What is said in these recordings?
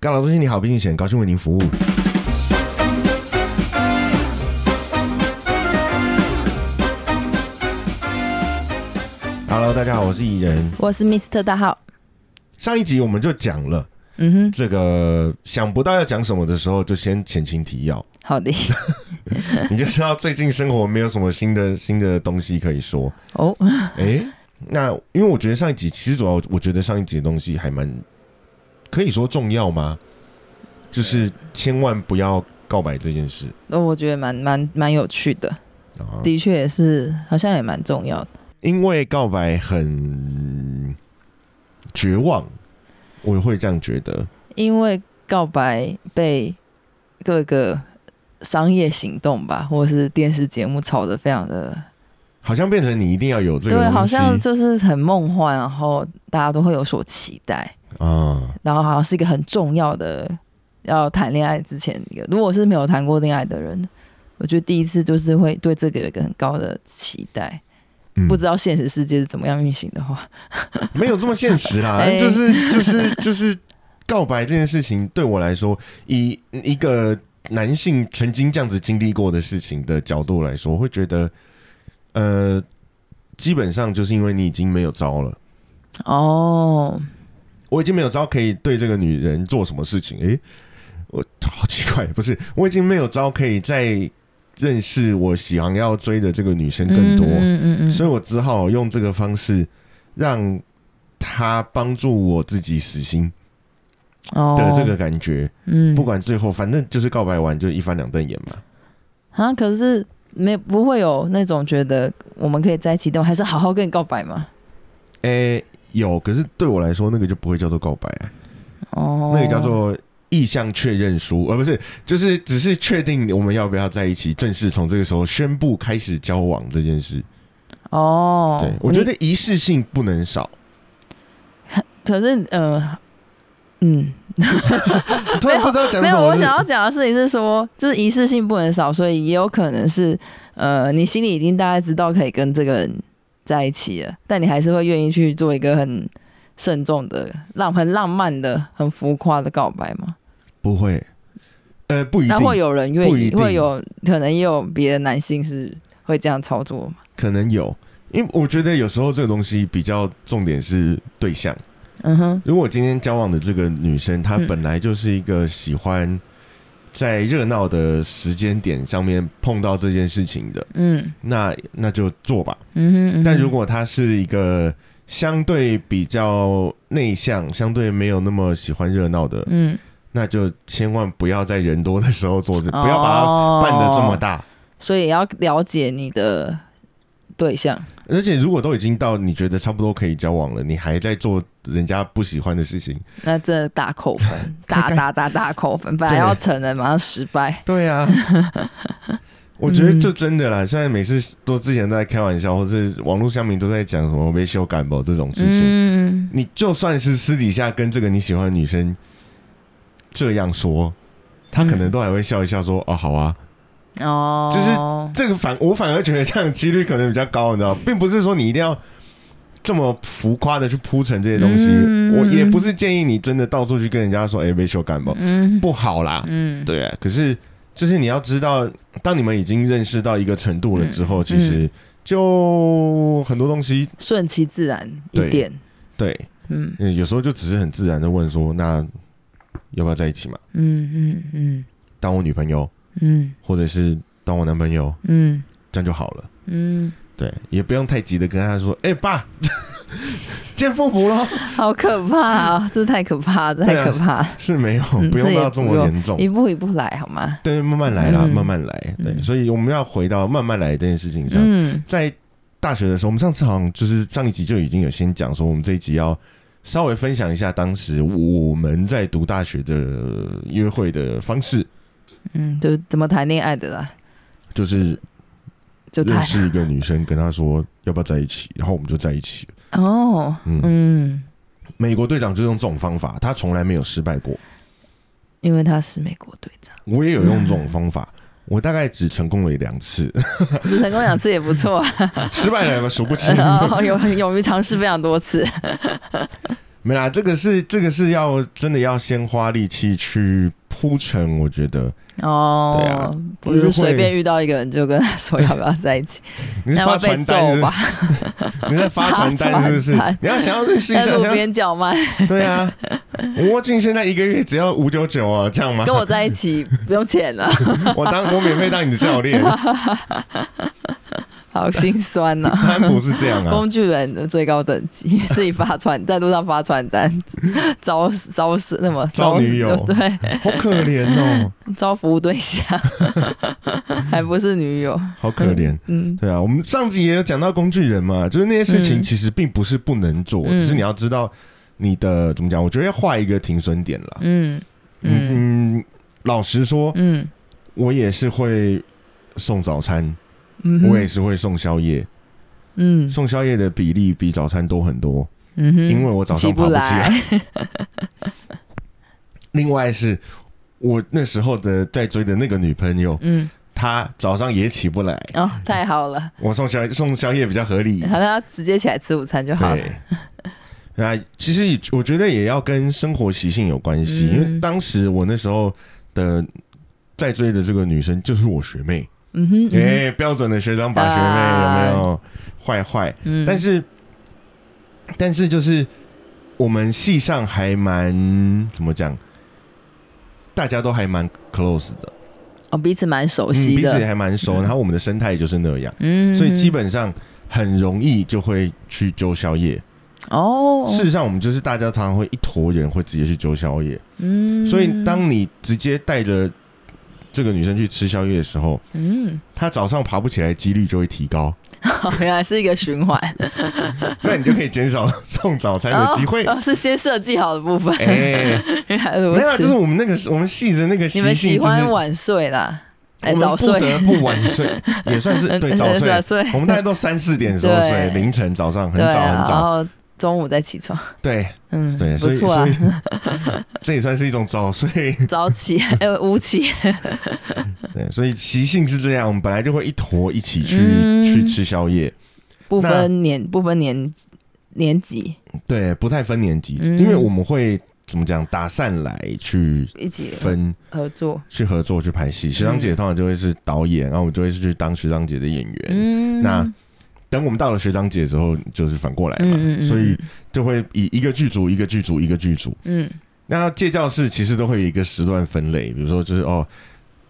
干劳中心你好，毕敬显，高兴为您服务。Hello，大家好，我是蚁人。我是 Mr 大号，上一集我们就讲了嗯哼，这个，想不到要讲什么的时候，就先前情提要，好的， 你就知道最近生活没有什么新的新的东西可以说。哦，诶，那因为我觉得上一集其实主要我觉得上一集的东西还蛮可以说重要吗？就是千万不要告白这件事那我觉得蛮蛮蛮有趣的，啊，的确也是，好像也蛮重要的。因为告白很绝望，我会这样觉得。因为告白被各个商业行动吧，或是电视节目炒得非常的，好像变成你一定要有这个对，好东西像就是很梦幻，然后大家都会有所期待，啊，然后好像是一个很重要的要谈恋爱之前一个，如果是没有谈过恋爱的人，我觉得第一次就是会对这个有一个很高的期待，嗯不知道现实世界是怎么样运行的话。没有这么现实啦， 哎就是就是就是告白这件事情对我来说，以一个男性曾经这样子经历过的事情的角度来说，我会觉得，呃，基本上就是因为你已经没有招了，哦，我已经没有招可以对这个女人做什么事情，诶、我好奇怪，不是，我已经没有招可以再认识我想要追的这个女生更多，嗯嗯嗯所以我只好用这个方式让他帮助我自己死心哦的嗯这个感觉。嗯不管最后，反正就是告白完就一翻两瞪眼嘛。啊，可是没不会有那种觉得我们可以在一起，但我还是好好跟你告白嘛。诶、有，可是对我来说，那个就不会叫做告白、啊，哦，那个叫做意向确认书，呃而不是就是只是确定我们要不要在一起，正式从这个时候宣布开始交往这件事。哦，对我觉你，得仪式性不能 少。可是呃，嗯，突然不知道讲没什有，么，我就是想要讲的事情是说，就是仪式性不能少，所以也有可能是呃，你心里已经大概知道可以跟这个人在一起了，但你还是会愿意去做一个很慎重的、浪很浪漫的、很浮夸的告白吗？不会，呃，不一那定，会有人愿不一意，定会有可能也有别的男性是会这样操作嘛？可能有，因为我觉得有时候这个东西比较重点是对象。嗯哼，如果今天交往的这个女生，她嗯本来就是一个喜欢在热闹的时间点上面碰到这件事情的，嗯那那就做吧。嗯哼嗯哼。但如果她是一个相对比较内向、相对没有那么喜欢热闹的，嗯，那就千万不要在人多的时候做这，不要把它办的这么哦，大。所以也要了解你的对象。而且如果都已经到你觉得差不多可以交往了，你还在做人家不喜欢的事情，那真的大扣分， 打打打打扣分，本来对要承认，马上失败。对啊， 我觉得就真的啦。虽然每次都之前都在开玩笑，或者网络上面都在讲什么没修感冒这种事情，嗯，你就算是私底下跟这个你喜欢的女生这样说，她可能都还会笑一笑说：“哦，好啊。哦，就是这个反我反而觉得这样的几率可能比较高，你知道，并不是说你一定要。这么浮夸的去铺陈这些东西，嗯我也不是建议你真的到处去跟人家说，哎、没修感冒，嗯不好啦。嗯，对啊，可是就是你要知道，当你们已经认识到一个程度了之后，嗯其实就很多东西，顺其自然一对点。对，嗯嗯有时候就只是很自然的问说，那要不要在一起嘛？嗯嗯嗯当我女朋友，嗯或者是当我男朋友，嗯这样就好了。嗯，对，也不用太急的跟他说，哎、爸， 见父母咯，好可怕 啊！这太可怕了，太对啊可怕了。是没有，嗯不这用也到这不么用严重。一步一步来好吗？对，慢慢来啦，嗯慢慢来。对，嗯所以我们要回到慢慢来这件事情上。嗯在大学的时候，我们上次好像就是上一集就已经有先讲说，我们这一集要稍微分享一下当时我们在读大学的呃约会的方式，嗯，就是怎么谈恋爱的啦，就是就认谈识一个女生，跟她说要不要在一起，然后我们就在一起了。哦，嗯嗯，美国队长就用这种方法，他从来没有失败过。因为他是美国队长，我也有用这种方 法，我大概只成功了两次，只成功两次也 不错啊， 失败了数不清。哦，勇勇于尝试非常多次，没啦，这个是这个是要真的要先花力气去铺陈，我觉得哦，对啊不是随因为便遇到一个人就跟他说要不要在一起， 你是那发要被传揍单是不吧是？？ 你在发传单是不是发传单？你要想要认识一下，在想路要边叫 卖，对啊，吴墨镜现在一个月只要五九九啊，这样吗？跟我在一起不用钱啊 了，我当我免费当你的教 练，好心酸呐、当然不是这样啊。工具人的最高等 级，自己发传在路上发传单，招招是那么招女友 对，好可怜哦，招服务对象， 还不是女友，好可怜。嗯，对啊，我们上集也有讲到工具人嘛，就是那些事情嗯其实并不是不能做，嗯只是你要知道你的怎么讲，我觉得要画一个停损点啦。嗯嗯嗯嗯，老实说，嗯我也是会送早餐，嗯哼，我也是会送宵夜，嗯送宵夜的比例比早餐多很多，嗯哼，因为我早上起爬不不起来。来， 另外是我那时候的在追的那个女朋友，嗯，她早上也起不来，哦，太好了，我送宵送宵夜比较合理。好像要直接起来吃午餐就 好了，对，那其实我觉得也要跟生活习性有关系，嗯因为当时我那时候的在追的这个女生就是我学妹，嗯哼，嗯哎、哼标准的学长把学妹啊有没有坏坏？嗯，但是，但是就是我们系上还蛮怎么讲，大家都还蛮 close 的，哦，彼此蛮熟嗯悉彼此也的，还蛮熟，嗯然后我们的生态也就是那样，嗯，所以基本上很容易就会去揪宵夜。哦，事，实上，我们就是大家常常会一坨人会直接去揪宵夜，嗯，所以当你直接带着这个女生去吃宵夜的时候，嗯，她早上爬不起来几率就会提高，好原来是一个循 环那你就可以减少送早餐的机会。哦，哦是先设计好的部分， 哎，原来如没有啊，此，就是我们那个我们系的那个习你们性，喜就欢是晚睡啦，哎，我们早不睡，嗯得不晚睡，也算是对早睡 早。睡，我们大概都三四点的时候睡，对凌晨、早上很对早啊，很然早，后中午再起床，对嗯，对，不所以错啊所，以这也算是一种早睡。早 起，哎，午起，对，所以习性是这样，我们本来就会一坨一起去、嗯去吃宵夜，不分年，不分年年级，对，不太分年级，嗯因为我们会怎么讲，打散来去一起分合作，去合作去拍戏。学长姐通常就会是导演，然后我们就会是去当学长姐的演员。嗯，那等我们到了学长姐之后，就是反过来嘛，嗯嗯嗯所以就会以一个剧组一个剧组一个剧组。嗯那借教室其实都会有一个时段分类，比如说就是哦。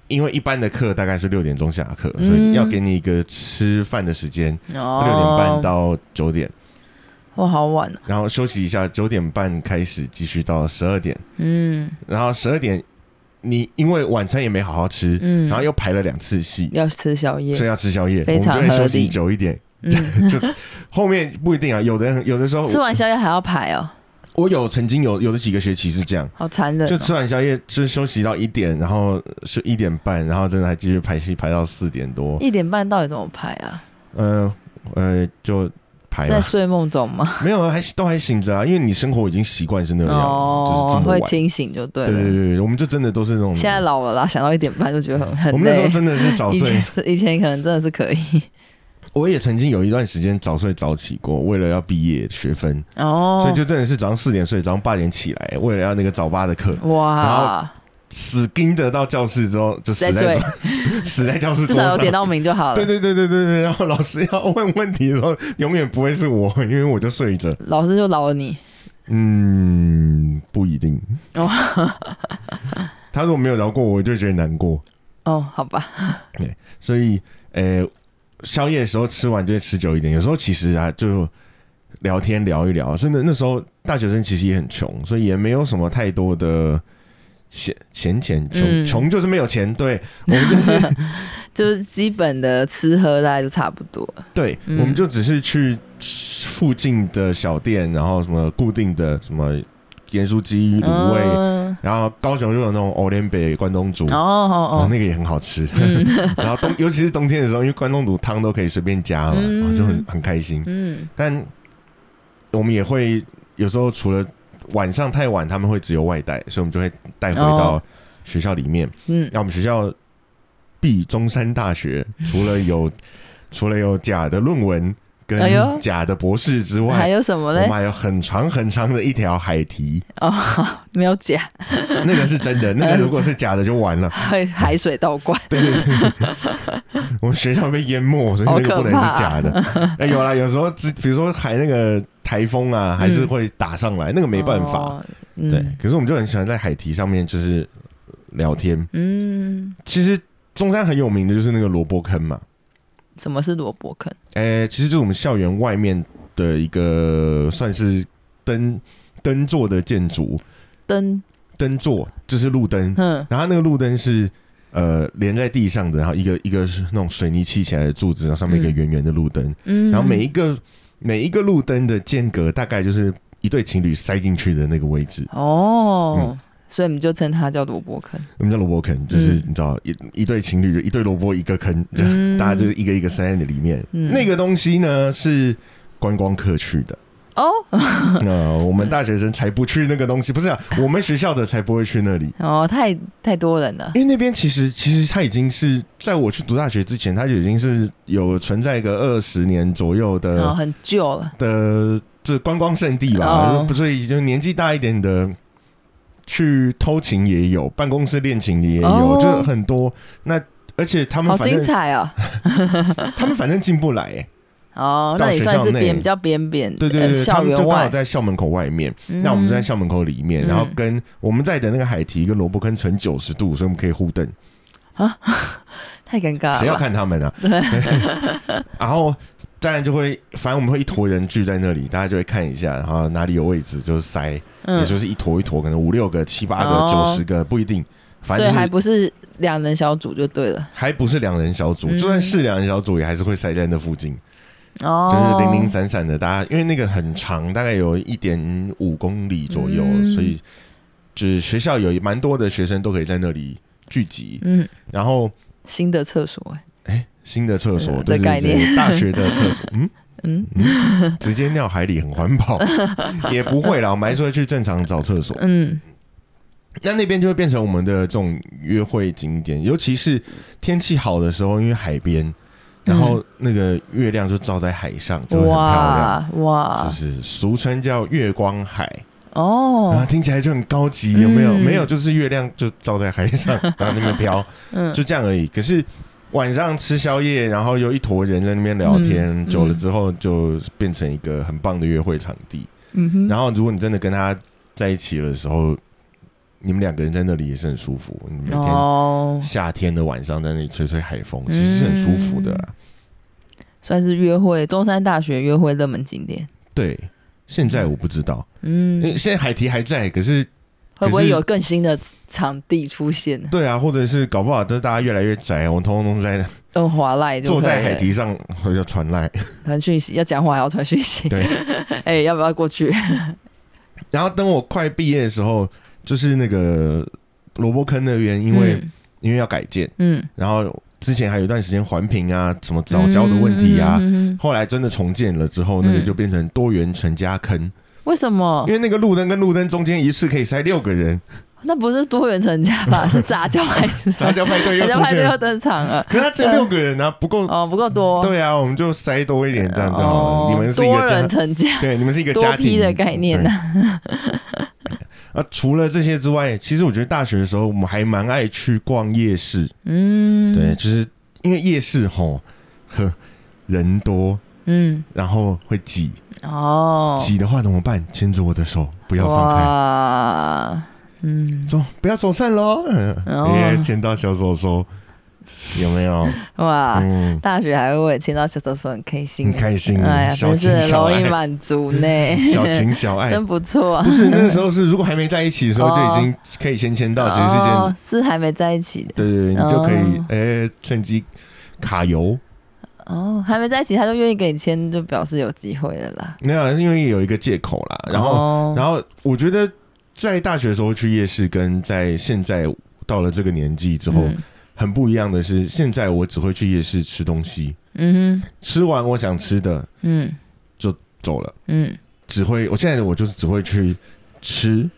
因为一般的课大概是六点钟下课，所以嗯要给你一个吃饭的时间，哦，六点半到九点，哇，好晚哦，然后休息一下，九点半开始继续到十二点，嗯然后十二点你因为晚餐也没好好吃，嗯，然后又排了两次戏，要吃宵夜所，以要吃宵夜，我非们就常会休合息理久一点。嗯。 就后面不一定啊，有的人有的时候，吃完宵夜还要排哦，我有曾经有有的几个学期是这样，好残忍、哦。就吃完宵夜就是休息到一点，然后是一点半，然后真的还继续排戏排到四点多，一点半到底怎么排啊？呃呃就排了在，睡梦中吗？没有啊还都还醒着啊，因为你生活已经习惯是那样，就是这么哦会晚。清醒就对了。对对对对，我们就真的都是那种。现在老了啦，想到一点半就觉得很我很们那时候累。真的是早以睡前，以前可能真的是可以我也曾经有一段时间早睡早起过，为了要毕业学分，哦，所以就真的是早上四点睡，早上八点起来，为了要那个早八的课，哇，死盯着到教室之后就死再在睡死在教室至桌少有上。点到名就好了。对对对对对对，然后老师要问问题的时候，永远不会是我，因为我就睡着。 老师就饶了你，嗯，不一定。哦他如果没有饶过我，我就觉得难过。哦，好吧，所以，呃，宵夜的时候吃完就会吃久一点。有时候其实啊，就聊天聊一聊。真的，那时候大学生其实也很穷，所以也没有什么太多的闲闲钱，穷嗯穷、就是没有钱。对，我们就是 就是基本的吃喝大概就差不多。对，嗯我们就只是去附近的小店，然后什么固定的什么盐酥鸡、卤味，嗯，然后高雄就有那种欧联北关东煮。哦，哦哦哦，嗯那个也很好吃。 然后冬，尤其是冬天的时候，因为关东煮汤都可以随便加嘛，嗯哦就很很开心。嗯但我们也会有时候除了晚上太晚，他们会只有外带，所以我们就会带回到哦学校里面。嗯，那、我们学校 必中山大学除了有除了有假的论文哎呦跟假的博士之还外，有什么我们嘞？还有很长很长的一条海堤，哦，好没有假，那个是真的，那个如果是假的就完了，海海水倒灌， 我们学校被淹没，所以好那个不能可怕是假的。 哎，有啦，有时候只比如说海那个台风啊，还是嗯会打上来，那个 没办法。哦。嗯对，，可是我们就很喜欢在海堤上面就是聊天。嗯，其实中山很有名的就是那个萝卜坑嘛，什么是萝卜坑？诶、其实就是我们校园外面的一个算是灯灯座的建筑，灯，灯座就是路灯，哼，然后它那个路灯是呃连在地上的，然后一个一个是那种水泥砌起来的柱子，然后上面一个嗯圆圆的路灯，嗯，然后每一个每一个路灯的间隔大概就是一对情侣塞进去的那个位置，哦，嗯所以我们就称它叫萝卜坑，我们叫萝卜坑，就是嗯你知道一一对情侣就一对萝卜一个坑，就嗯大家就是一个一个塞在你里面。嗯那个东西呢是观光客去 的，哦那、我们大学生才不去那个东西，不是啊，我们学校的才不会去那里。哦，太太多人了，因为那边其实其实它已经是在我去读大学之前，它就已经是有存在一个二十年左右的、哦，很旧了，的这观光圣地吧，哦不是就年纪大一点的去偷情也有，办公室恋情也有，哦就很多。那而且他们好反精正彩哦。他们反正进不来、 欸，哦，那到你学算校是内边比较边边，对对呃对，他校们就园刚好外。在校门口外面，那我们就在校门口里面，嗯然后跟我们在的那个海堤跟萝卜坑成九十度，所以我们可以互瞪，嗯太尴尬谁要了吧，看他们啊？对，然后当然就会，反正我们会一坨人聚在那里，大家就会看一下，然后哪里有位置就塞，也嗯，就是一坨一坨，可能五六个、七八个、哦九十个不一定，反所以正就还是不是两人小组就对了，还不是两人小组，嗯就算是两人小组，也还是会塞在那附近，哦，就是零零散散的。大家因为那个很长，大概有一点五公里左右，嗯所以就是学校有蛮多的学生都可以在那里聚集。嗯，然后，新的厕所，哎哎，新的厕所嗯对对的概对念大学的厕所， 嗯，嗯直接尿海里很环 保，也不会啦，我们还是会去正常找厕所。嗯，那那边就会变成我们的这种约会景点，尤其是天气好的时候，因为海边，然嗯后那个月亮就照在海上，就会很漂亮。哇哇是不是俗称叫月光海？然后哦，听起来就很高级，嗯有没有？没有，就是月亮就照在海 上，然后那边飘，嗯就这样而已。可是晚上吃宵夜，然后有一坨人在那边聊天，嗯久了之后就变成一个很棒的约会场地。嗯哼，然后如果你真的跟他在一起的时候，你们两个人在那里也是很舒服。你每天哦，夏天的晚上在那里吹吹海风，其实是很舒服的嗯啦。算是约会，中山大学约会热门景点，对，现在我不知道，因为嗯，现在海堤还在，可是会不可会是有更新的场地出现呢？对啊，或者是搞不好就是大家越来越宅，我们通通都在用滑赖就坐在可以海了堤上或者传 赖。传讯息，要讲话还要传讯息，对， 哎，要不要过去？然后等我快毕业的时候，就是那个萝卜坑那边， 因为、因为要改建，嗯，嗯然后之前还有一段时间环评啊，什么早教的问题啊，嗯嗯嗯嗯嗯后来真的重建了之后，那个嗯哦就变成多元成家坑，为什么因？为那个路灯跟路灯中间一次可以塞六个人，那不是多元成家吧？是杂交派，杂交派对又杂交出派现对了又， 登场了。可是他只有六个人啊，不够。哦，不够多。对啊，我们就塞多一点这样就好哦了。，你们是一多个家，人成家，对，你们是一个多家批庭的概念啊啊。呢、除了这些之外，其实我觉得大学的时候，我们还蛮爱去逛夜市。嗯，对，，就是因为夜市吼，呵，人多，嗯，然后会挤，哦，挤的话怎么办？牵着我的手，不要放开。哇，嗯，走，不要走散喽。哦因为牵到小手手，有没有？哇，嗯，大学还会为牵到小手手很开心很，开心。哎呀，小真是情很小容易爱，哎满 足呢，小情 小爱。真不错不。是那个时候是，如果还没在一起的时候，哦就已经可以先牵到，其实是一件哦，是还没在一起的对对对，你就可以哦哎趁机卡油。哦，还没在一起他就愿意给你签，就表示有机会了啦。没有，啊因为有一个借口啦。然后哦然后我觉得在大学的时候去夜市，跟在现在到了这个年纪之后、嗯很不一样的是，现在我只会去夜市吃东西，嗯哼吃完我想吃的嗯走了，嗯只会我现在我就是只会去吃。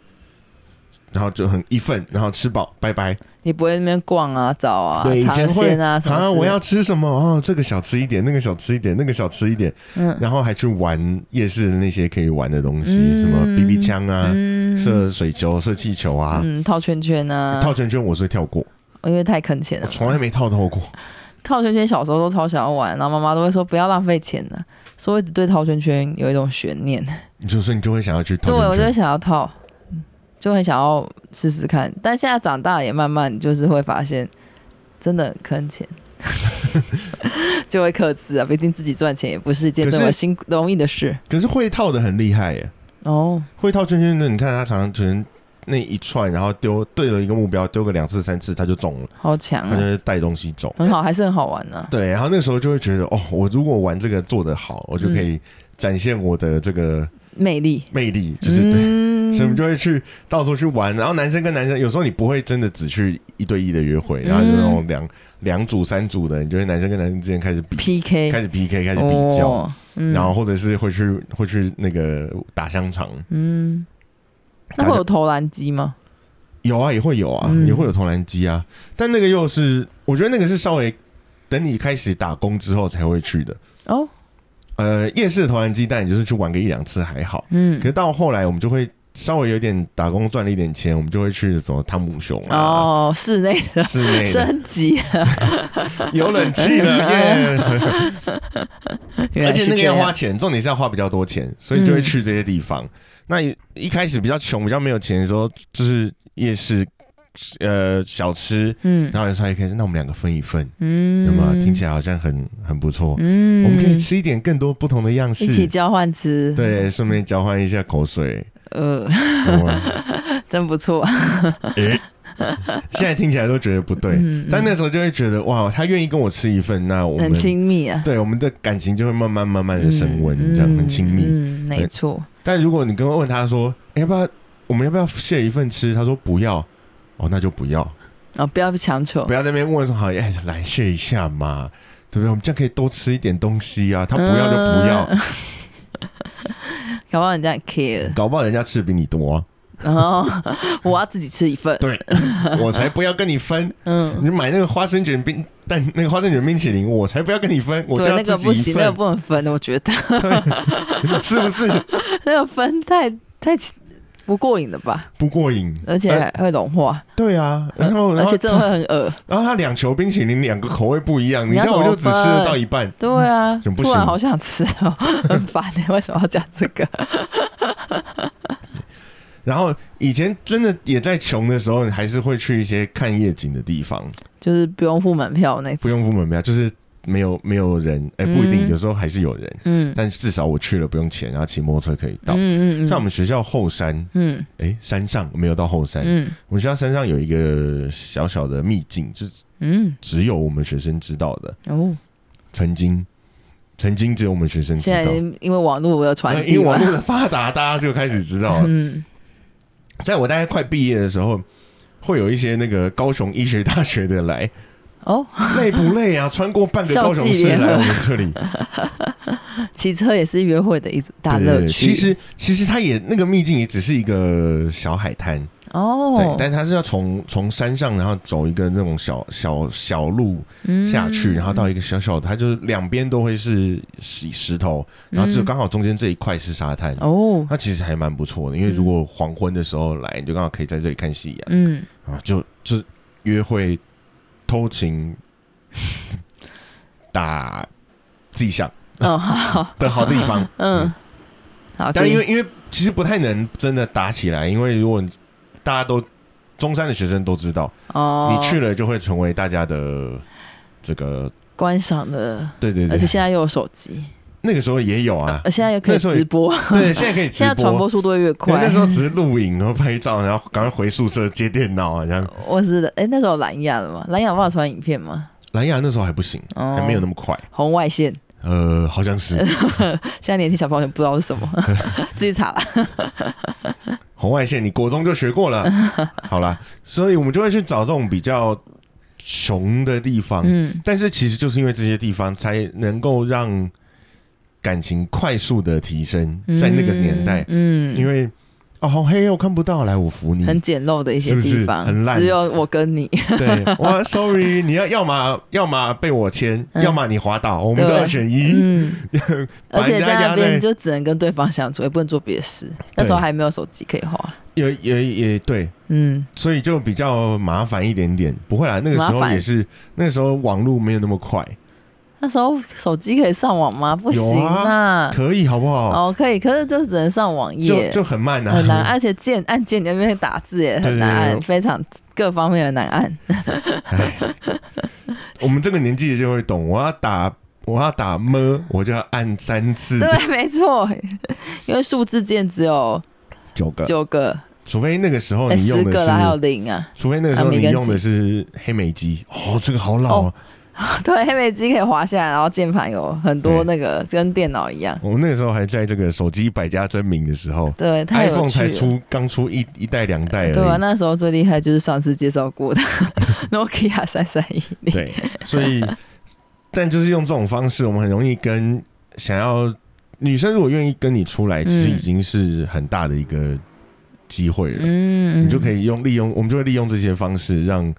然后就很一份，然后吃饱，拜拜。你不会那边逛啊、找啊、对，以尝前会鲜啊什么之类的。我要吃什么？哦，这个小吃一点，那个小吃一点，那个小吃一点，嗯然后还去玩夜市的那些可以玩的东西，嗯什么 BB 枪啊、嗯射水球、射气球啊、嗯，嗯套圈圈啊，套圈圈，我是跳过，因为太坑钱我了。从来没套到过。 套圈圈小时候都超想要玩，然后妈妈都会说不要浪费钱呢、所以我一直对套圈圈有一种悬念。你就是你就会想要去套对，圈我就圈，想要套，就很想要试试看。但现在长大也慢慢就是会发现，真的很 坑钱，就会克制啊。毕竟自己赚钱也不是一件可这是么辛苦容易的事可是会套的很厉害耶。哦。会套圈圈的，你看他常常可能那一串，然后丢对了一个目标，丢个两次三次他就中了，好强他就啊，会带东西走。很好，还是很好玩啊呢、对，然后那时候就会觉得，哦，我如果玩这个做得好，我就可以展现我的这个魅力。魅力，就是对。嗯所以我们就会去到处去玩，然后男生跟男生有时候你不会真的只去一对一的约嗯会，然后就那种两两组三组的，你就会男生跟男生之间开始比， PK 开始 PK，开始比较，哦嗯然后或者是会去会去那个打香肠，嗯，那会有投篮机吗？有啊，也会有啊，嗯也会有投篮机啊，但那个又是我觉得那个是稍微等你开始打工之后才会去的。哦，呃，夜市的投篮机，但你就是去玩个一两次还好，嗯可，是到后来我们就会稍微有点打工赚了一点钱，我们就会去什么汤姆熊啊，哦，室内的室内的升级， 有冷气了耶，而原来且是那个这要样花钱，重点是要花比较多钱，所以就会嗯去这些地方。那一一开始比较穷、比较没有钱的时候，就是夜市，呃，小吃，嗯然后有时候还可以说，那我们两个分一份，嗯，那么啊听起来好像很很不错，嗯，我们可以吃一点更多不同的样一起式，交换吃，，对，顺便交换一下口水。呃， 哇真不错，诶 现在听起来都觉得不对，嗯但那嗯时候就会觉觉得哇，他愿意跟我吃一份，那我们很亲密 啊，对我们的感情就会慢慢慢慢的嗯升温，这样很亲密。嗯，嗯没错，但如果你跟问他说、哎诶要不要我们要不要 share 一份吃，他说不要，哦，那就不要，哦，不要强求不，要在那边问说好，哎、来 share 一下嘛，对不对？我们这样可以多吃一点东西啊。他不要就不要，嗯，搞不好人家很 care，搞不好人家吃的比你多、啊，然后我要自己吃一份，对我才不要跟你分。嗯，你买那个花生卷冰蛋，那个花生卷冰淇淋，我才不要跟你分，我就对，要那个自不己一行，那个份，不能分，我觉得 对， 是不是那个分太太不过瘾了吧，不过瘾？而且还会融化，对啊，然后呃而然后且真的会很恶，然后他两球冰淇淋两个口味不一样，你你要看我怎就么只吃了到一半，对啊，嗯不突然行好想吃哦， 很烦欸， 为什么要讲这个？然后以前真的也在穷的时候，你还是会去一些看夜景的地方，就是不用付门票那不种。用付门票，就是没有没有人，哎、不一定，嗯有时候还是有人，嗯但至少我去了不用钱，然后骑摩托车可以到。嗯嗯嗯，像我们学校后山，嗯哎、山上没有到后山，嗯我们学校山上有一个小小的秘境，就是嗯只有我们学生知道的，哦，曾经，曾经只有我们学生知现在道。因为网络的传那因递为嘛网，络的发达，大家就开始知道了。 嗯，在我大概快毕业的时候，会有一些那个高雄医学大学的 来，哦，累不累啊？穿过半个高雄市来我们这里，骑车也是约会的一种大对对乐对趣。其实其实它也那个秘境也只是一个小海滩，对哦，，但它是要从从山上，然后走一个那种小小小路但下去，然后到一个小小的，它就是两边都会是石石头，然后只有刚好中间这一块是沙滩。嗯哦，那其实还蛮不错的，因为如果黄昏的时候来，你就刚好可以在这里看夕阳。嗯，啊，就就约会、偷情、打自己想哦，好，的好地 方。嗯，好，但第一因为因为其实不太能真的打起来，因为如果大家都中山的学生都知道，哦，你去了就会成为大家的这个观赏的，对对而对且，现在又有手机，那个时候也有啊，呃，现在又可以那时候也直播，对，现在可以直呃 现在传播播。速度越可能快那时。候只是录影，然后拍照，然后赶快回宿舍接电脑啊，这样。 我是的，哎，那时候有蓝牙了吗？蓝牙有办法传影片吗？蓝牙那时候还不行，哦，还没有那么快。红外线。呃，好像是现在年轻小朋友不知道是 什么，自己查了。红外线，你国中就学过 了，好啦，所以我们就会去找这种比较穷的地方，嗯但是其实就是因为这些地方才能够让感情快速的提升，在那个年代，嗯，因为哦，好黑哦，看不到，来，我扶 你。很简陋的一是些不是地方，很烂只有我跟你，对，我 sorry，你要要么要么被我牵，嗯要么你滑倒，我们对就二选一。嗯， 而把人且家在压那边在你就只能跟对方相处，也不能做别的事。那时候还没有手机可以花，也也也对，嗯，所以就比较麻烦一点点。不会啦，那个时候麻烦也是，那个时候网络没有那么快，那时候手机可以上网吗？不行啊，可以好不好？哦，可以，可是就只能上网就页，就很慢啊，很难，按，而且键按键你那边打字也对很难对按，对非常各方面很难按。唉 我们这个年纪的就会懂，我要打我要打么，我就要按三次 对，啊没错，因为数字键只有九个，九个、除非那个时候哎呃哦你十用的个啦，还有是，零啊。 除非那个时候啊米你跟用的鸡是黑莓机，哦，这个好老啊。对，黑莓机可以滑下来，然后键盘有很多对那个跟电脑一样。我们那个时候还在这个手机百家争鸣的时候对，太有，iPhone 趣才了。出刚出一一代两代而已。对啊，那时候最厉害就是上次介绍 过的 Nokia 三三一零。对，所 以，但就是用这种方式，我们很容易跟想要女生如果愿意跟你出来，其实嗯已经是很大的一个机会了。嗯你就可以。以用利用，我们就会利用这些方式让。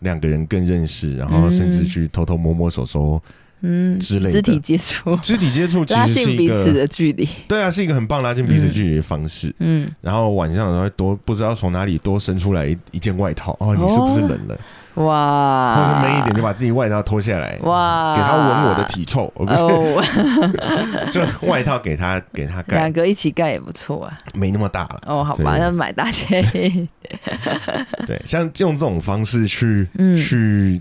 两个人更认识，然后甚至嗯去偷偷摸摸、手手、嗯，之类的肢体接触，肢体接触，其拉实是近一彼此个的距离。对啊，是一个很棒拉近彼此嗯距离的方式。嗯，然后晚上的时候多不知道从哪里多伸出来一一件外套，哦，你是不是冷了？或者哇，闷一点就把自己外套脱下来，哇，给他闻我的体臭，我不是、哦， 就外套给他给他盖两，个一起盖也不错啊。没那么大了。哦，好吧，对要买 大件。对，像用这种方式去、嗯去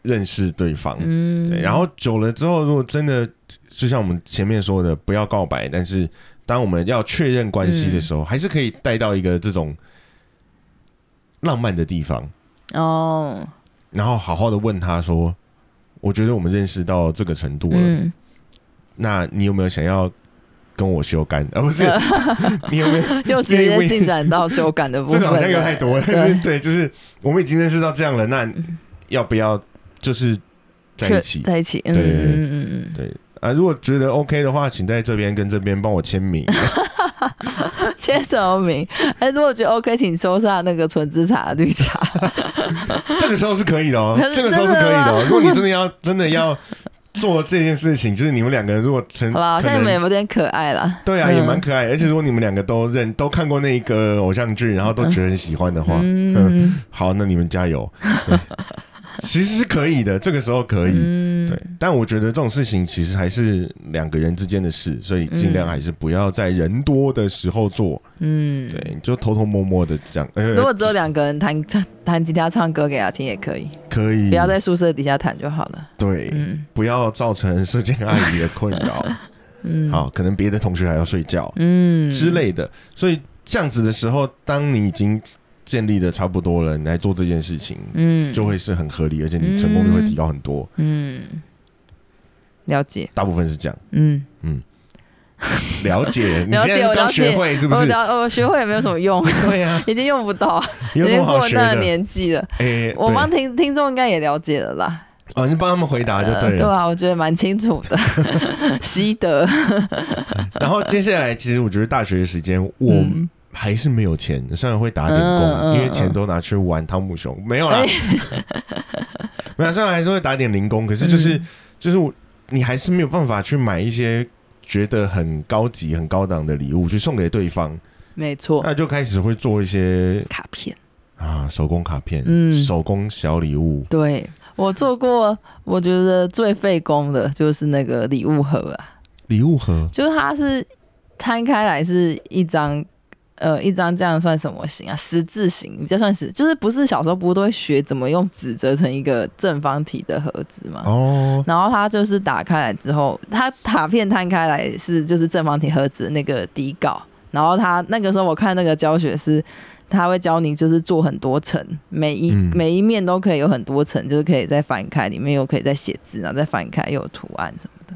认识对方。嗯，对，然后久了之后，如果真的就像我们前面说的，不要告白，但是当我们要确认关系的时候，还是可以带到一个这种浪漫的地方。哦，然后好好的问他说：“我觉得我们认识到这个程度了，嗯，那你有没有想要跟我修干？而、啊、不 是你有没有？又直接进展到酒感的 部这分个了，好像有点太多了。嗯但是对，对，就是我们已经认识到这样了，那要不要就是在一起确？在一起，嗯对对对嗯嗯嗯对啊，如果觉得 OK 的话，请在这边跟这边帮我签名。嗯，签什么名？ 哎，如果觉得 OK，请收下那个纯紫茶绿茶，这个时候是可以的哦可，是啊这个时候是可以的哦。如果你真的要真的要做这件事情，就是 你们两个人如果成好吧，好可像你能们有点可爱啦。对啊，嗯也蛮可爱的。而且如果你们两个都认都看过那一个偶像剧，然后都觉得很喜欢的话，嗯， 好，那你们加油。对 其实是可以的，这个时候可以。嗯对，但我觉得这种事情其实还是两个人之间的事，所以尽量还是不要在人多的时候做。嗯，对，你就偷偷摸摸的这样。呃，如果只有两个人弹弹弹吉他、唱歌给他听也可以，可以，不要在宿舍底下弹就好了。对，嗯不要造成社交阿姨的困 扰。嗯，，好，可能别的同学还要睡觉，嗯之，类的。所以这样子的时候，当你已经建立的差不多了，你来做这件事情，嗯，就会是很合理，而且你成功率会提高很多。嗯，了解，大部分是这样，嗯，了 解。你了现解在是我了刚解学会是不是？我哦了我学会也没有什么用， 对呀，已经用不到，已有什经么好过学那个的？年纪了。哎，我对帮听听众应该也了解了啦，哦，你帮他们回答就呃对对了。啊，我觉得蛮清楚的， 习得， 然后接下来，其实我觉得大学的时间我。嗯还是没有钱，虽然会打点工，嗯嗯因为钱都拿去玩汤姆熊，没有啦哎， 没有，虽然还是会打点零工，可是就是、嗯就是我，你还是没有办法去买一些觉得很高级、很高档的礼物去送给对方，没错，那就开始会做一些卡片。啊手工卡片、嗯手工小礼物，对我做过，我觉得最费工的就是那个礼物盒啊，礼物盒就是它是摊开来是一张。呃，一张这样算什么形啊？十字形比较算是，就是不是小时候不都会学怎么用纸折成一个正方体的盒子吗？哦，然后它就是打开来之后，它卡片摊开来是就是正方体盒子那个底稿，然后它那个时候我看那个教学是。他会教你就是做很多层，每一、嗯每一面都可以有很多层，就是可以再翻开，里面又可以再写字，然后再翻开又有图案什么的。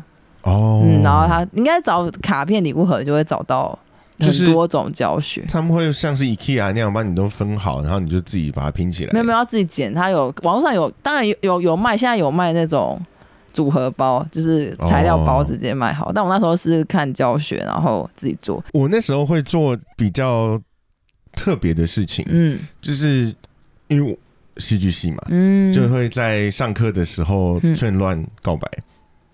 哦，嗯，然后他应该找卡片礼物盒就会找到就是很多种教学，他们会像是 IKEA 那样把你都分好，然后你就自己把它拼起来，没有没有要自己剪，它有网络上有，当然有有有卖，现在有卖那种组合包，就是材料包哦直接卖好。但我那时候是看教学，然后自己做。我那时候会做比较特别的事情，嗯就是因为我戏剧系嘛，嗯，就会在上课的时候嗯趁乱告白。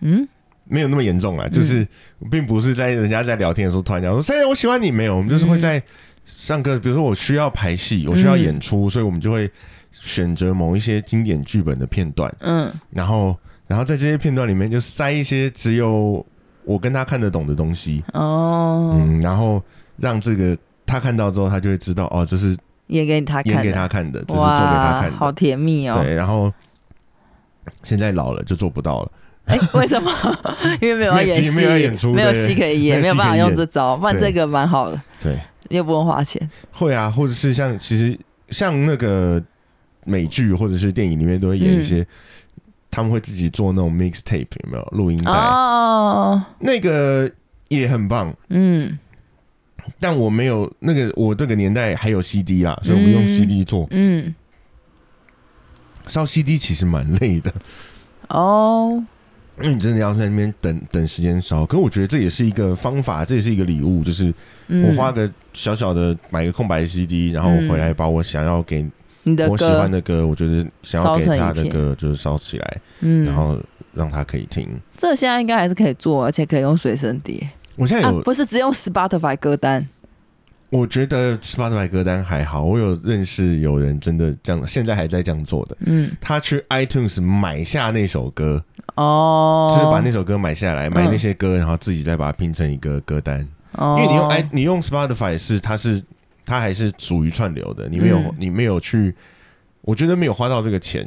嗯没有那么严重啦，就是并不是在人家在聊天的时候突然讲说“谁我喜欢你”，没有，我们嗯就是会在上课，比如说我需要排戏，我需要演嗯出，所以我们就会选择某一些经典剧本的片段，嗯然后然后在这些片段里面就塞一些只有我跟他看得懂的东西，哦，嗯，然后让这个他看到之后，他就会知道哦，这是演给他看演的，给他看的，这是做给他哇看，好的，甜蜜哦。对，然后现在老了就做不到了。哎，为什么？ 因为没有要演戏，没有没有演出没有对戏可以演，没有戏可以没有办法用这招，不然对这个蛮好的，对，又不用花钱。会啊，或者是像其实像那个美剧或者是电影里面都会演一些，嗯他们会自己做那种 mixtape 有没有录音带？哦，那个也很棒，嗯但我没有那个我这个年代还有 CD 啦，所以我们用嗯 CD 做嗯，烧、CD 其实蛮累的，哦，因为你真的要在那边等等时间烧。可我觉得这也是一个方法，这也是一个礼物，就是我嗯，花个小小的买个空白的 CD，然后我回来把我想要给你的我喜歌欢，的歌，我觉得想要烧给成一他的片歌就是烧起来。嗯，然后让他可以听。这现在应该还是可以做，而且可以用随身碟哎我现在啊有，，不是只用 Spotify 歌单。我觉得 Spotify 歌单还好，我有认识有人真的这样，现在还在这样做的。嗯，他去 iTunes 买下那首歌，哦，嗯就是把那首歌买下来，买那些歌，然后自己再把它拼成一个歌单。哦，因为你用 i 你用 Spotify 是它是它还是属于串流的，你没有、嗯你没有去，我觉得没有花到这个钱，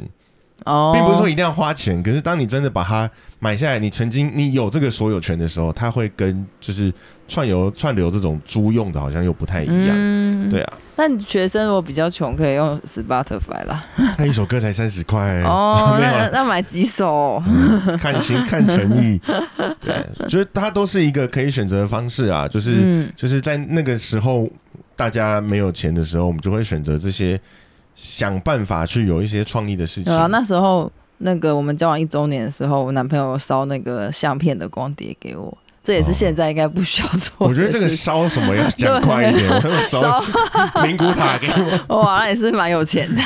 哦，并不是说一定要花钱，可是当你真的把它买下来，你曾经你有这个所有权的时候，它会跟就是串流串流这种租用的，好像又不太一样。嗯，对。 啊，那你学生如果比较穷，可以用 Spotify 啦。他一首歌才三十块，哦哎 ，没有啊那啦嗯那买几首？看情看诚意。对， 觉得它都是一个可以选择的方式啊，就是、嗯就是在那个时候大家没有钱的时候，我们就会选择这些想办法去有一些创意的事情。对啊，那时候那个我们交往一周年的时候，我男朋友烧那个相片的光碟给我，这也是现在应该不需要做的事情。我觉得这个烧什么要讲快一 点，我要烧烧灵骨塔给我。哇，那也是蛮有钱 的，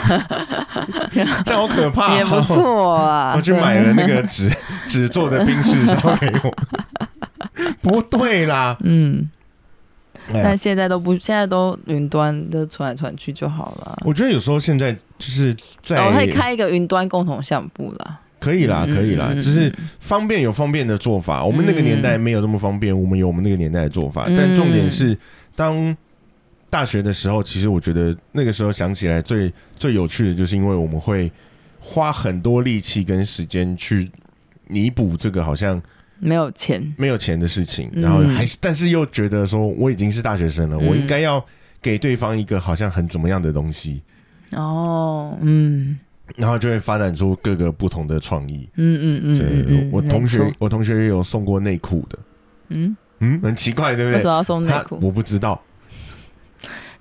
这样好可怕、哦，也不错啊。我去买了那个纸纸做的冰室烧给我，不对啦，嗯，哎呀但现在都不，现在都云端都传来传去就好了。我觉得有时候现在就是在、哦我可以开一个云端共同项目啦。可以啦，嗯可以啦，嗯嗯就是方便有方便的做法。我们那个年代没有那么方便，我们有我们那个年代的做法。嗯但重点是，当大学的时候，其实我觉得那个时候想起来最最有趣的，就是因为我们会花很多力气跟时间去弥补这个好像没有钱，没有钱的事情，嗯然后还是，但是又觉得说我已经是大学生了，嗯我应该要给对方一个好像很怎么样的东西，哦，嗯然后就会发展出各个不同的创意。嗯嗯对，嗯嗯，我没同学错，我同学也有送过内裤的，嗯，嗯，很奇怪，对为不什对？么要送内他裤？我不知道，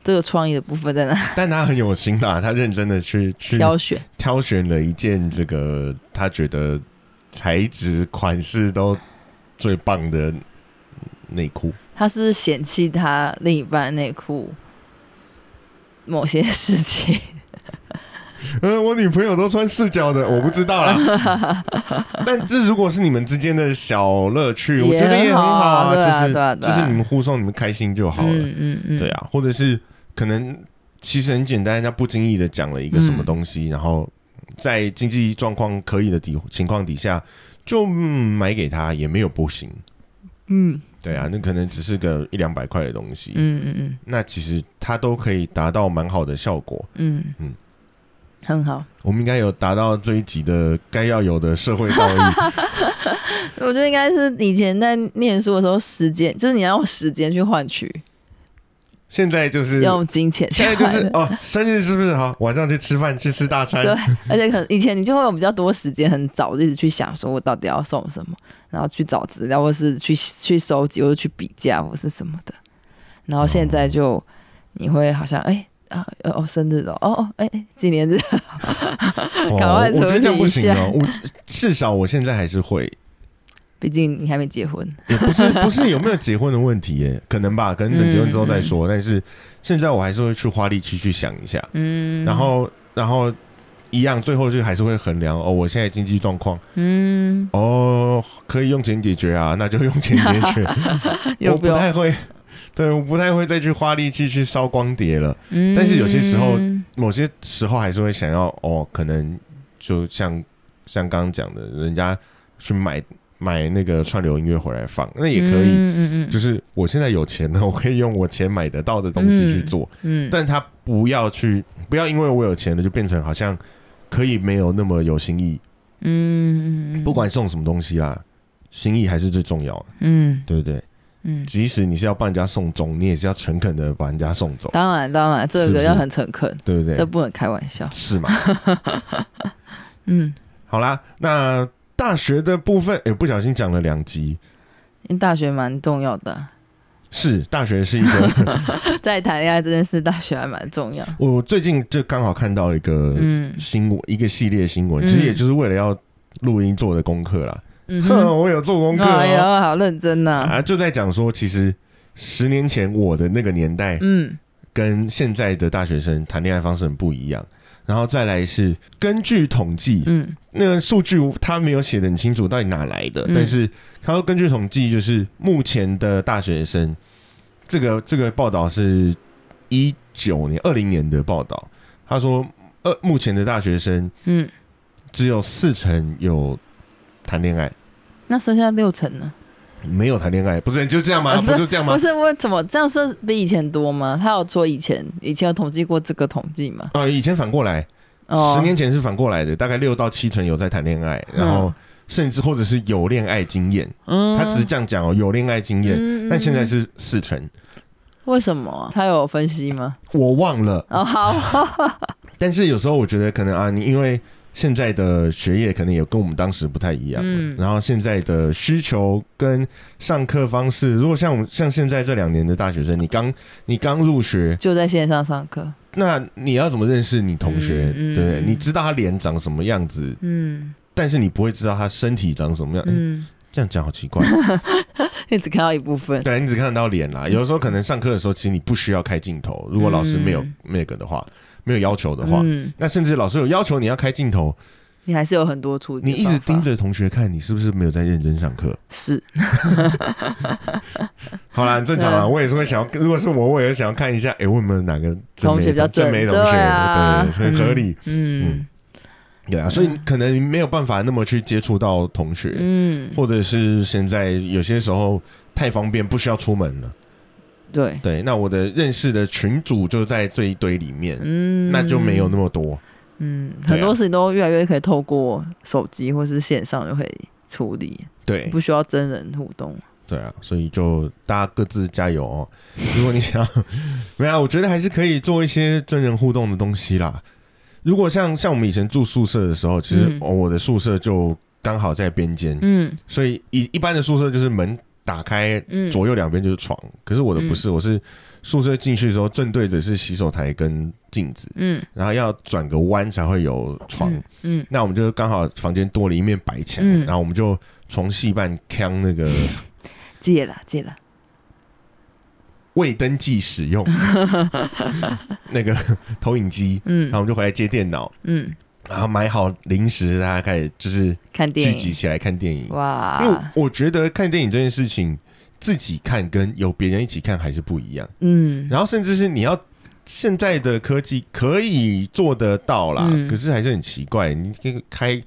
这个创意的部分在哪但他很有心啦，他认真的去去挑选？挑选了一件这个他觉得材质款式都最棒的内裤。他是嫌弃他另一半内裤某些事情，呃，我女朋友都穿四角 的，我不知道啦。 但这如果是你们之间的小乐趣，我觉得也很好也很好啊对啊就是对啊对啊就是你们互送，你们开心就好了。嗯嗯嗯，对，啊，或者是可能其实很简单，他不经意的讲了一个什嗯么东西，然后在经济状况可以的底情况底下，就、嗯、买给他也没有不行。嗯对啊，那可能只是个一两百块的东西，嗯嗯嗯那其实他都可以达到蛮好的效果。嗯嗯嗯，很好。我们应该有达到这一集的该要有的社会道义。 我觉得应该是以前在念书的时候，时间就是你要用时间去换取，现在就是要用金钱去现在换就取。是哎哦，生日是不是好？晚上去吃饭，去吃大餐。对，而且可能以前你就会有比较多时间，很早就一直去想说我到底要送什么，然后去找资料，或是去去收集，或者去比价，或是什么的。然后现在就、哦你会好像哎、啊哦哦生日了哦哦哎哎纪念日， 哇赶快哦我觉得这样不处理一行下哦。我至少我现在还是会，毕竟你还没结婚。也不是不是有没有结婚的问题耶， 可能吧，可能等结婚之后再说。但是现在我还是会去花力气去想一下，嗯，然后然后一样，最后就还是会衡量哦，我现在经济状况嗯，哦，可以用钱解决啊，那 就用钱解 决。有我不不用？太会，对，我不太会再去花力气去烧光碟了。嗯但是有些时候某些时候还是会想要哦，可能就像像刚刚讲的，人家去买买那个串流音乐回来放，那也可以。嗯嗯嗯，就是我现在有钱 了，我可以用我钱买得到的东西去做，嗯，但他不要去，不要因为我有钱了就变成好像可以没有那么有心意。嗯，嗯不，管送什么东西啦，心意还是最重要的，嗯对不对？嗯，即使你是要帮人家送终，你也是要诚恳的把人家送走，当然当然，这是不个是要很诚恳，对不这对？不能开玩笑。是嘛？ 嗯，好啦，那大学的部分，也不小心讲了两集。因为大学蛮重要的啊， 是，大学是一个。在谈恋爱这件事，大学还蛮重要。我最近就刚好看到一个嗯新闻，一个系列新闻，其实嗯也就是为了要录音做的功课啦。嗯哼，哼，我有做功课、哎呦，哦、好认真呐。啊，就在讲说，其实十年前我的那个年代嗯跟现在的大学生谈恋爱方式很不一样。然后再来是根据统计，嗯那个数据他没有写的很清楚到底哪来的，嗯但是他说根据统计，就是目前的大学生，这个这个报道是一九年二零年的报道，他说呃目前的大学生嗯，只有四成有谈恋爱，那剩下六成呢？没有谈恋爱，不是就这样吗？啊呃不就这样吗不？是我怎么这样是比以前多吗？他有说以前以前有统计过这个统计吗？呃，以前反过来，哦，十年前是反过来的，大概六到七成有在谈恋爱，然后甚至或者是有恋爱经验，嗯，他只是这样讲哦，有恋爱经验，嗯但现在是四成。为什么啊？他有分析吗？我忘了，哦，好， 但是有时候我觉得可能啊，你因为现在的学业可能也跟我们当时不太一样，嗯然后现在的需求跟上课方式，如果像我们像现在这两年的大学生，你刚你刚入学，就在线上上课。那你要怎么认识你同学？嗯嗯对不对，嗯你知道他脸长什么样子，嗯但是你不会知道他身体长什么样。诶嗯，这样讲好奇 怪，你只看到一部分。对，你只看得到脸啦。有的时候可能上课的时候，其实你不需要开镜头，如果老师没有嗯那个的话，没有要求的话，嗯，那甚至老师有要求你要开镜头，你还是有很多处。你一直盯，着同学看，你是不是没有在认真上课？是好啦，很正常啦，对我也是会想要，如果是我，我也会想要看一下，哎、我有没有哪个正嗯同妹学比较正妹同学？对啊，对很合理，嗯。对啊，所以可能没有办法那么去接触到同学，嗯嗯，或者是现在有些时候太方便，不需要出门了。对，对，那我的认识的群组就在这一堆里面，嗯，那就没有那么多。嗯，对啊很多事情都越来越可以透过手机或是线上就可以处理，对，不需要真人互动。对啊，所以就大家各自加油哦。 如果你想，没有、啊，我觉得还是可以做一些真人互动的东西啦。如果像像我们以前住宿舍的时候，其实、嗯哦、我的宿舍就刚好在边间，嗯所以一一般的宿舍就是门打开，嗯，左右两边就是床。可是我的不是，我是宿舍进去的时候正对着是洗手台跟镜子，嗯然后要转个弯才会有床。嗯那我们就刚好房间多了一面白墙，嗯然后我们就从戏办扛那 个。嗯，借啦借啦，未登记使 用那个投影机，嗯然后我们就回来接电脑，嗯，然后买好零食，大家开始就是看聚电集影起来看电影。因为哇，我觉得看电影这件事情，自己看跟有别人一起看还是不一样。嗯然后甚至是你要现在的科技可以做得到啦，嗯可是还是很奇怪，你这个开。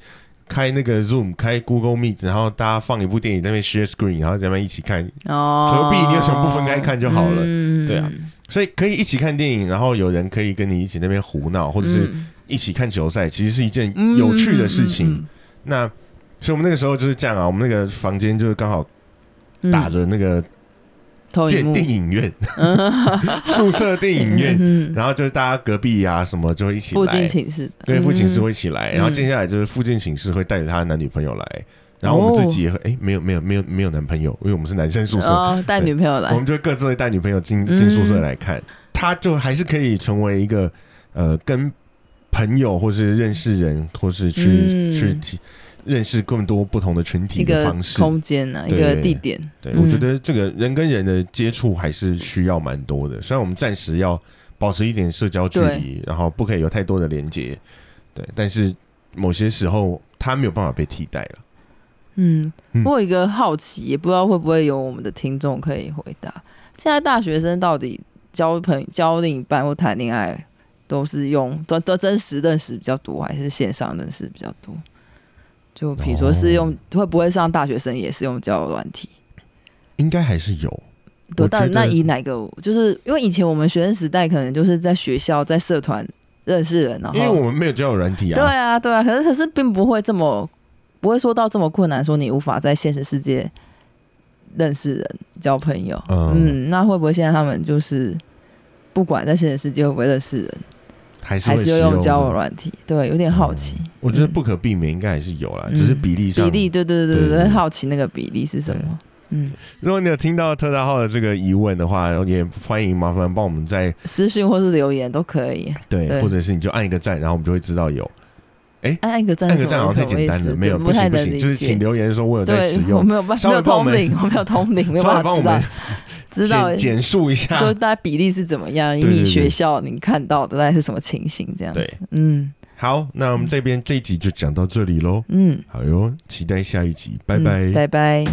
开那个 Zoom，开 Google Meet，然后大家放一部电影，在那边 share screen，然后在那边一起看，哦，何必你有什么不分开看就好了嗯对啊，所以可以一起看电影，然后有人可以跟你一起那边胡闹，或者是嗯一起看球赛，其实是一件有趣的事情。嗯那所以我们那个时候就是这样啊，我们那个房间就是刚好嗯打着那个投影电幕电影 院，宿舍电影院，嗯嗯嗯然后就是大家隔壁啊什么就会一起附近来，寝室的，对，附近室嗯会一起来，然后接下来就是附近寝室会带着他的男女朋友来，然后我们自己也会，哎、没有没有没有没有男朋友，因为我们是男生宿舍，哦，带女朋友我来们，就各自会带女朋友进嗯进宿舍来看，他就还是可以成为一个呃跟朋友，或是认识人，或是去、嗯去体认识更多不同的群体一的个方式。空间呢、一对个地点，对，嗯我觉得这个人跟人的接触还是需要蛮多的。虽然我们暂时要保持一点社交距离，然后不可以有太多的连接，对，但是某些时候它没有办法被替代了。嗯嗯，我有一个好奇，也不知道会不会有我们的听众可以回答。现在大学生到底交朋交另一半或谈恋爱，都是用真真真实认识比较多，还是线上认识比较多？就比如说是用、哦会不会上大学生也是用交友软体？应该还是有，对，我觉但得那以哪个？就是因为以前我们学生时代，可能就是在学校在社团认识人，然后因为我们没有交友软体啊。对啊，对啊，可是可是并不会这么，不会说到这么困难，说你无法在现实世界认识人、交朋友。嗯，嗯，那会不会现在他们就是不管在现实世界会不会认识人，还是还会使是要用交友的。软体？对，有点好奇。我觉得嗯不可避免，应该还是有啦，嗯只是比例上比例，对对对对对对对，对好奇那个比例是什么？嗯，如果你有听到特大号的这个疑问的话，也欢迎麻烦帮我们在私讯或是留言都可以。对，对或者是你就按一个赞，然后我们就会知道有按一个赞按是个什赞好么像太嗯什么简意单思？了，没有对不不太行不能行，就是理请解。留言说我有在对使，我用，没有办稍法，微没有帮我通们灵，我没有通灵，没有稍办微帮我法知道们知道简简述一 下，就大概比例是怎么样？以对对你对学校你看到的大概是什么情形？这样子对，嗯好，那我们这边这一集就讲到这里喽，嗯，好哟，期待下一集，拜拜。嗯拜拜。